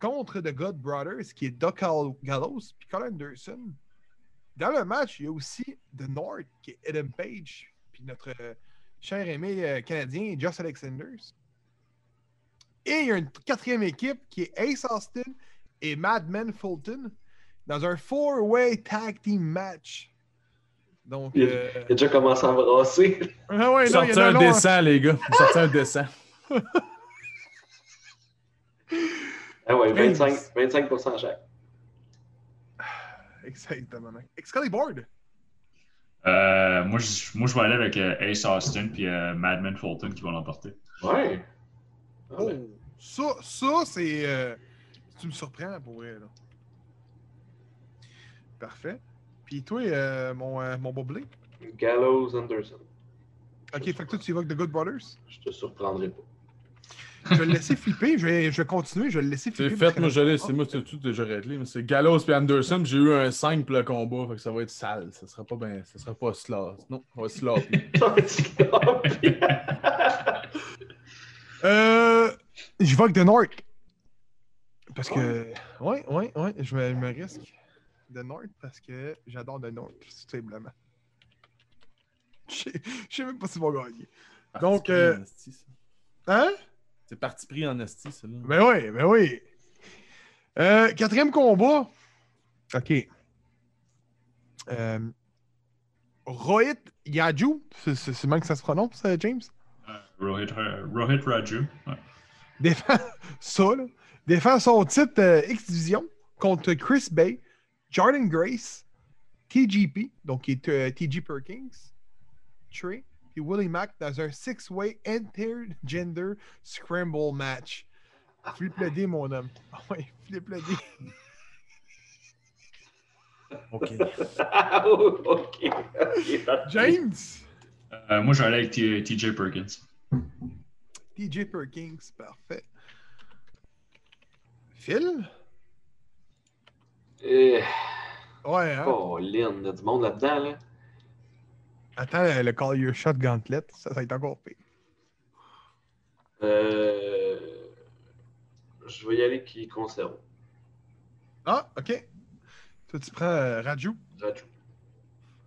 contre The God Brothers, qui est Doc Hall- Gallows et Colin Anderson. Dans le match, il y a aussi The North, qui est Adam Page, puis notre euh, cher aimé euh, canadien, Josh Alexanders. Et il y a une quatrième équipe qui est Ace Austin et Madman Fulton dans un four-way tag team match. Donc,
Il-
euh,
Il a déjà commencé à brasser.
ah ouais, non, il y en
Sortez
a
un
long, hein.
dessin, les gars. Sortez un dessin.
Ah ouais, 25, 25% chaque.
Exactement. Excalibur.
Euh, moi, je, moi, je vais aller avec euh, Ace Austin puis euh, Madman Fulton qui vont l'emporter.
Ouais. Ah,
Oh,
ben,
ça, ça c'est. euh, tu me surprends pour vrai, là. Parfait. Puis toi, euh, mon, euh, mon boblé.
Gallows Anderson.
Ok, fait que toi, tu évoques The Good Brothers.
Je te surprendrai pas.
Je vais le laisser flipper. Je vais, je vais continuer. Je vais le laisser
C'est
flipper. parce
fait,
que-
moi je l'ai. C'est moi, c'est tout déjà réglé. Mais c'est Gallows puis Anderson. puis J'ai eu un 5 pour le combat. Fait que ça va être sale. Ça sera pas bien. Ça sera pas slap. Non, on va slap.
Euh, J'évoque The North. Parce que. Ouais, ouais, ouais. Je me, je me risque. The North parce que j'adore The North, tout simplement. Je sais- je sais même pas s'ils vont gagner.
Ah,
Donc, euh, Hein?
C'est parti pris en esti, celle-là.
Ben oui, ben oui. Euh, quatrième combat. OK. Euh, Rohit Yaju, c'est- c'est c'est même que ça se prononce, euh, James?
Euh, Rohit, euh, Rohit Raju. Ouais.
Défend ça, là. Défend son titre euh, X-Division contre Chris Bay, Jordan Grace, TGP, donc qui est euh, TG Perkins, Trey, et Willie Mack dans un six-way intergender scramble match. Flip le dé, mon homme. Ah Ouais, flip le dé.
Ok.
Ah, ok. ok, parfait.
James!
Euh, moi, je vais aller avec T- TJ Perkins.
TJ Perkins, parfait. Phil?
Eh,
Ouais, hein?
Oh, Lynn, il y a du monde là-dedans, là.
Attends, le, le Call Your Shot Gauntlet, ça, ça va être encore pire.
Euh, Je vais y aller qui conserve.
Ah, ok. Toi, tu prends euh, Raju.
Raju.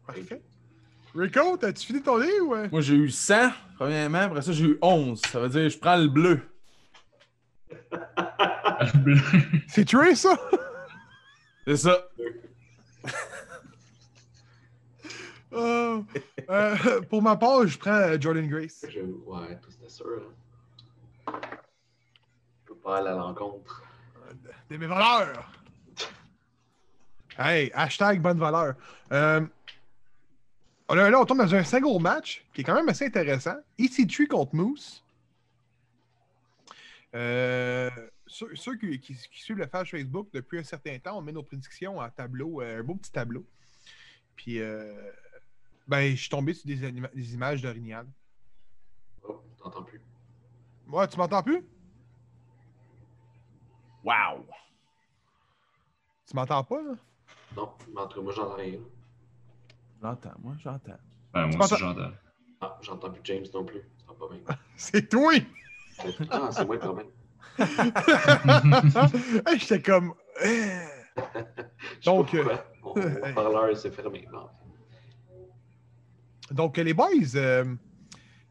Parfait. Rico, t'as-tu fini ton livre ou. euh?
Moi, j'ai eu 100, premièrement. Après ça, j'ai eu 11. Ça veut dire je prends le bleu.
Ben,
C'est tué, ça?
C'est ça.
Euh, euh, pour ma part, je prends euh, Jordan Grace.
Je- Ouais, tout c'était sûr. hein. Je peux pas aller à l'encontre.
De mes valeurs! Hey, hashtag bonne valeur. Euh, on a- là, on tombe dans un single match qui est quand même assez intéressant. EC3 contre Moose. Euh, ceux ceux qui, qui- qui suivent la page Facebook depuis un certain temps, on met nos prédictions en tableau, euh, un beau petit tableau. Puis, euh, ben, je suis tombé sur des, anima- des images d'orignal.
Oh, t'entends plus.
Ouais, tu m'entends plus?
Wow.
Tu m'entends pas, là?
Non, mais en tout cas, moi, j'entends rien.
J'entends, moi, j'entends.
Ben, moi aussi, j'entends.
Ah, j'entends plus James non plus. Ça va pas bien.
C'est toi!
C'est- Ah, c'est moi le problème.
Hey, J'étais comme. euh,
Je sais
Donc,
pas
euh,
pourquoi. Mon- Mon parleur s'est fermé. Bon.
Donc, euh, les boys, euh,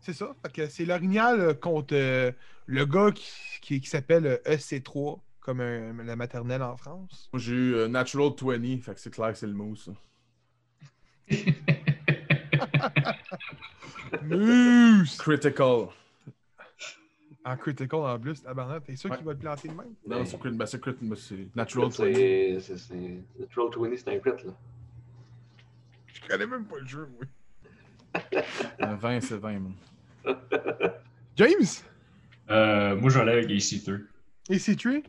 c'est ça. Fait que c'est l'orignal euh, contre euh, le gars qui, qui- qui s'appelle euh, EC3, comme un- la maternelle en France.
Moi, j'ai eu euh, Natural 20. Fait que c'est clair que c'est le mousse. ça.
Mousse!
Critical.
En critical en plus, tabarnak. T'es sûr
Ouais.
qu'il va te planter de même?
Non,
Mais-
c'est crit... ben, c'est crit- ben, c'est Natural 20.
C'est. c'est- c'est- Natural 20, c'est un crit, là.
Je connais même pas le jeu, moi.
Un 20, c'est 20, man.
James!
Euh, moi, je vais aller avec EC2.
EC3?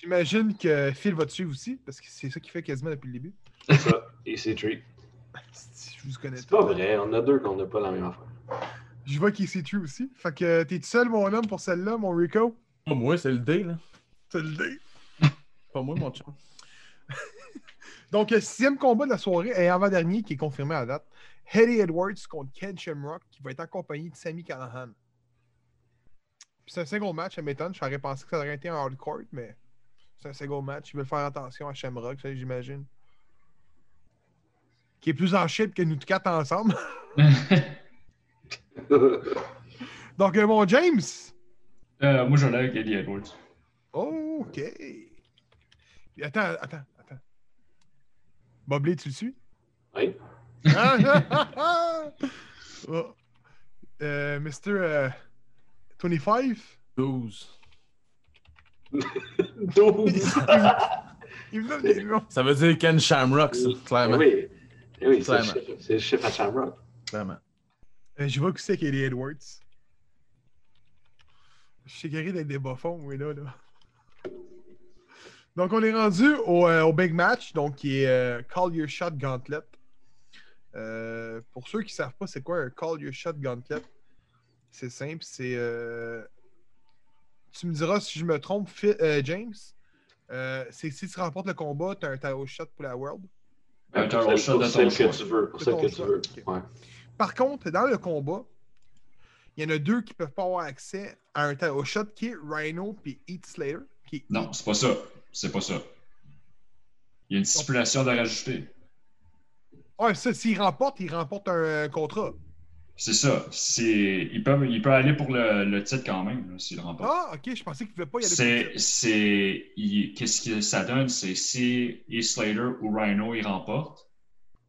J'imagine que Phil va te suivre aussi, parce que c'est ça qu'il fait quasiment depuis le début.
C'est ça. Et c'est tree.
Si Je vous connais
C'est pas
tous.
vrai. On a deux qu'on n'a pas la même affaire.
Je vois qu'EC3 aussi. Fait que euh, t'es tout seul, mon homme, pour celle-là, mon Rico?
Pas moi, c'est le D, là.
C'est le dé.
Pas moi, mon chum.
Donc, le sixième combat de la soirée et avant-dernier qui est confirmé à date. Eddie Edwards contre Ken Shamrock qui va être accompagné de Sammy Callahan. Puis c'est un single match, ça m'étonne. J'aurais pensé que ça aurait été un hardcore, mais c'est un single match. Ils veulent faire attention à Shamrock, ça, j'imagine. Qui est plus en shape que nous quatre ensemble. Donc, euh, mon James.
Euh, moi, je vais aller avec Eddie Edwards.
Oh, OK. Puis attends, attends, attends. Bob Lee, tu le suis?
oui.
Ah, oh. euh, Mr. euh, 25,
12.
12.
il me donne des noms.
Ça veut dire Ken Shamrock, ça,
Eh
clairement.
oui. Eh oui, c'est le
Clairement.
chiffre- c'est le chiffre à Shamrock.
Clairement.
Euh, je vois que c'est Kelly Edwards. Je suis guéri d'être des bas-fonds, oui, là, là. Donc, on est rendu au, euh, au big match, donc qui est euh, Call Your Shot Gauntlet. Euh, pour ceux qui ne savent pas, c'est quoi un Call Your Shot Gauntlet? C'est simple, c'est. euh, Tu me diras si je me trompe, Fi- euh, James. Euh, c'est si tu remportes le combat, tu as un title shot pour la World.
Ben, Un
Pour
title shot
pour
de
celle
ton choix.
que tu veux. Pour
De
celle
ton
que tu
choix,
veux.
ok.
Ouais.
Par contre, dans le combat, il y en a deux qui ne peuvent pas avoir accès à un title shot qui est Rhino puis Heath Slater. Qui est
Non, c'est pas ça. C'est pas ça. Il y a une stipulation de rajouter.
Ouais, Ah, ça, s'il remporte, il remporte un euh, contrat.
C'est ça. C'est... Il, peut, il peut aller pour le, le titre quand même, là, s'il remporte.
Ah, ok, je pensais qu'il ne pouvait pas y aller.
C'est, c'est, il- qu'est-ce que ça donne, c'est si East Slater ou Rhino ils remportent,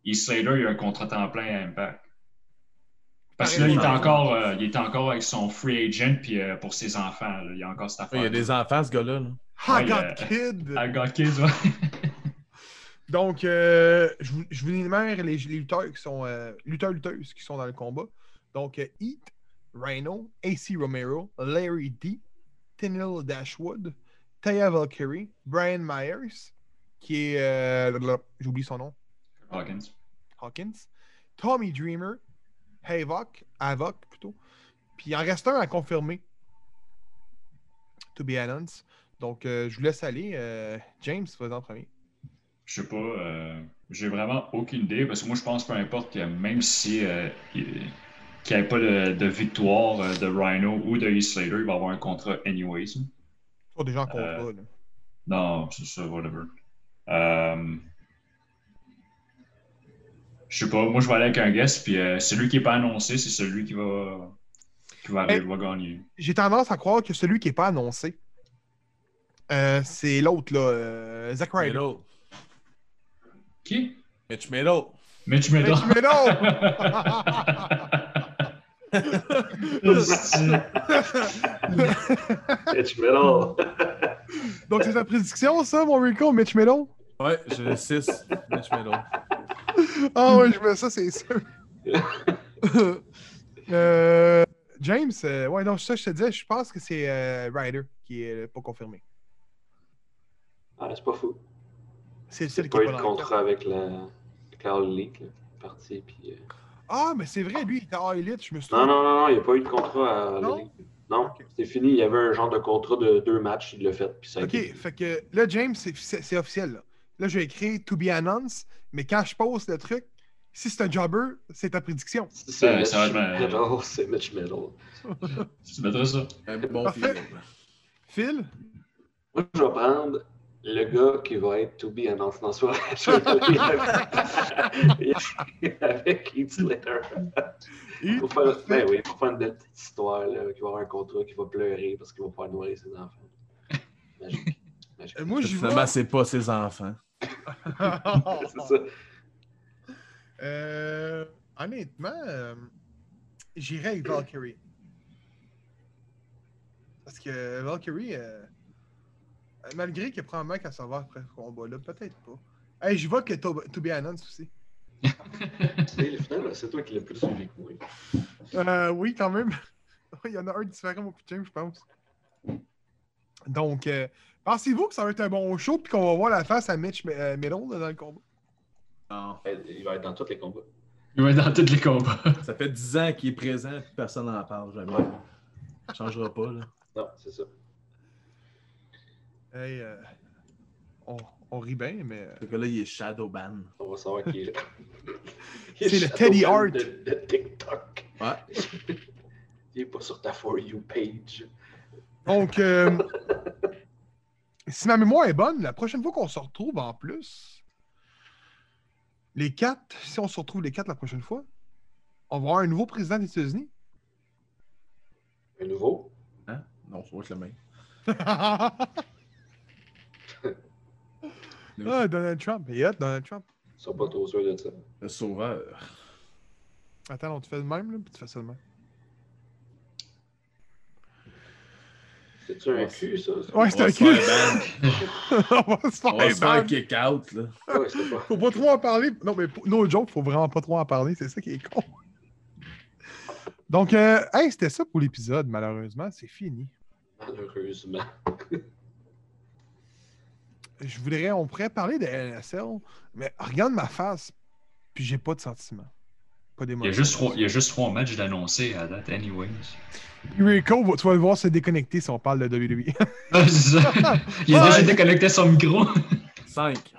East Slater il a un contrat temps plein à Impact. Parce que là, il est encore, euh, il est encore avec son free agent puis euh, pour ses enfants, là, il y a encore cette
Ah, Il
affaire.
y a des enfants, ce gars-là. là.
Ah,
Ouais,
God
euh,
Kid!
I got kids, ouais.
Donc, euh, je, vous, je vous énumère les, les lutteurs qui sont euh, lutteurs lutteuses qui sont dans le combat. Donc, euh, Heat, Rhino, AC Romero, Larry D, Tenil Dashwood, Taya Valkyrie, Brian Myers, qui est. euh, blablabla, J'oublie son nom.
Hawkins.
Hawkins, Tommy Dreamer, Havoc, Havoc plutôt. Puis il en reste un à confirmer. To be announced. Donc euh, je vous laisse aller. euh, James, vas-y en premier.
Je sais pas. euh, J'ai vraiment aucune idée parce que moi, je pense peu importe que même si euh, il- qu'il n'y ait pas de, de victoire euh, de Rhino ou de Heath Slater, il va avoir un contrat anyways.
Oh, déjà en contrat. là.
Non, c'est ça, whatever. Euh, Je sais pas, moi je vais aller avec un guest, puis euh, celui qui n'est pas annoncé, c'est celui qui va, qui va arriver, va gagner.
J'ai tendance à croire que celui qui n'est pas annoncé, euh, c'est l'autre, là, euh, Zack Ryder.
Metal.
Qui?
Mitch Metal.
Mitch
Mais
Médard.
Ben, tu- mais non!
Mitch Metal.
Donc, c'est ta prédiction, ça, mon Rico, Mitch Melon?
Ouais, j'ai le 6. Mitch Metal.
Ah ouais, je mets ça, c'est sûr. Euh, James, euh, ouais, non, ça, je te disais, je pense que c'est euh, Ryder qui est euh, pas confirmé.
Ah, c'est pas fou.
C'est le
Il
seul
n'y a
qui
pas
est
eu
pas
de
dans le camp.
contrat avec la Carl League, là, parti. Puis, euh,
Ah, mais c'est vrai, lui, il était en élite, je me suis
Non,
trompé.
non, non, non, il n'y a pas eu de contrat à la
Non?
Ligue. Non, c'est fini. Il y avait un genre de contrat de deux matchs, il l'a fait. Puis ça a été-
Ok, fait que là, James, c'est- c'est c'est officiel. Là, là j'ai écrit To Be Announced, mais quand je poste le truc, si c'est un jobber, c'est ta prédiction.
C'est
Ouais,
Mitch
Ben, ça va être-
Metal, c'est Mitch Metal.
Tu mettrais ça?
Un bon
Parfait.
feeling.
Phil?
Moi, je vais prendre le gars qui va être To Be Announced dans soir. Je vais le- avec Heath Slater.
Heath,
Pour faire,
parfait.
ben oui, pour faire une belle petite histoire, là, qui va avoir un contrat, qui va pleurer parce qu'il va pouvoir nourrir ses enfants. Magique. Magique.
Euh, Moi, j'y vais.
Finalement, c'est pas ses enfants.
c'est ça.
Euh, honnêtement, euh, j'irais avec Valkyrie. Parce que Valkyrie, euh, malgré que probablement qu'elle s'en va après ce combat-là, peut-être pas. Hey, je vois que To To Be Announced aussi.
Mais le final, c'est toi qui l'as plus suivi que moi.
Euh, oui, quand même. Il y en a un différent, mon putain, je pense. Donc, euh, pensez-vous que ça va être un bon show puis qu'on va voir la face à Mitch euh, Middle là, dans le combat?
Non.
Il va être dans tous les combats.
Il va être dans tous les combats.
Ça fait 10 ans qu'il est présent, puis personne n'en parle jamais. Ça changera pas, là.
Non, c'est ça.
Hey, euh, on, on rit bien, mais. euh,
Ce gars-là, il est Shadowban.
On va savoir qui est là.
C'est le Teddy Hart.
Hart De, de TikTok.
Ouais.
Il est pas sur ta For You page.
Donc, euh, si ma mémoire est bonne, la prochaine fois qu'on se retrouve en plus, les quatre, si on se retrouve les quatre la prochaine fois, on va avoir un nouveau président des États-Unis.
Un nouveau.
Hein? Non, ça va être le même.
ah, Donald Trump. Et hop, Donald Trump.
Ils sont pas trop sûrs de ça.
Le sauveur.
Attends, on te fait le même, là, puis tu fais ça le même.
C'est-tu un cul, ça?
Ouais,
On
Ah, c'est
va
un
se
cul.
faire ban.
on va se faire
On va se faire
ban.
kick-out, là.
Ouais, c'est pas.
Faut pas trop en parler. Non, mais pour- no joke, faut vraiment pas trop en parler. C'est ça qui est con. Donc, euh, hey, c'était ça pour l'épisode, malheureusement. C'est fini.
Malheureusement.
je voudrais, on pourrait parler de NSL, mais regarde ma face, puis j'ai pas de sentiment.
Il y,
Pas
a
d'émotion.
juste trois, il y a juste trois matchs d'annoncés à date, anyways.
Rico, va- tu vas le voir se déconnecter si on parle de WWE.
Ah, c'est ça. Il a déjà déconnecté son micro.
5.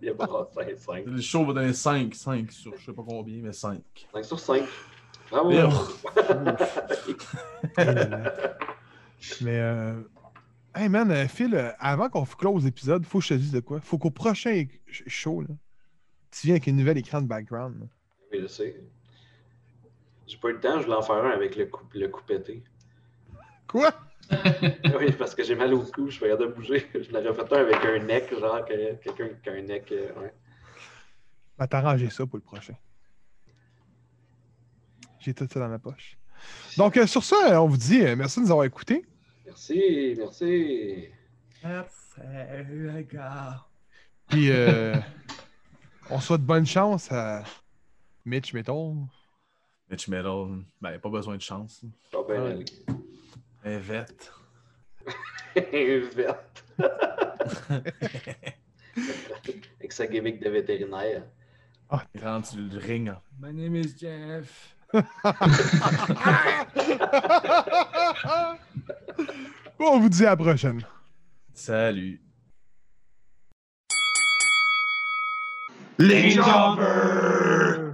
Il y a pas 5, 5.
Le show va donner 5. 5 sur je sais pas combien, mais 5.
5 sur Ah 5. Bravo.
Bien.
E. mais, euh, hey man, euh, Phil, euh, avant qu'on close l'épisode, faut que je te dise de quoi. Faut qu'au prochain é- ch- show, là, tu viens avec une nouvelle écran de background. là.
Oui, je sais. J'ai pas eu le temps, je voulais en faire un avec le coup, le coup pété.
Quoi?
Oui, parce que j'ai mal au cou, je suis pas capable de bouger. Je l'aurais fait un avec un neck, genre que- quelqu'un qui a un neck. euh, ouais.
Va t'arranger ça pour le prochain. J'ai tout ça dans ma poche. Donc, euh, sur ça, euh, on vous dit euh, merci de nous avoir écoutés.
Merci, merci.
Puis, euh, on souhaite bonne chance à Mitch Metal.
Mitch Metal, ben, pas besoin de chance.
Pas bien
Ouais.
aller.
Un vette.
verte. avec sa gimmick de vétérinaire.
Il rentre sur le ring. hein. My name is Jeff.
Bon, on vous dit à la prochaine.
Salut.
Les jambes!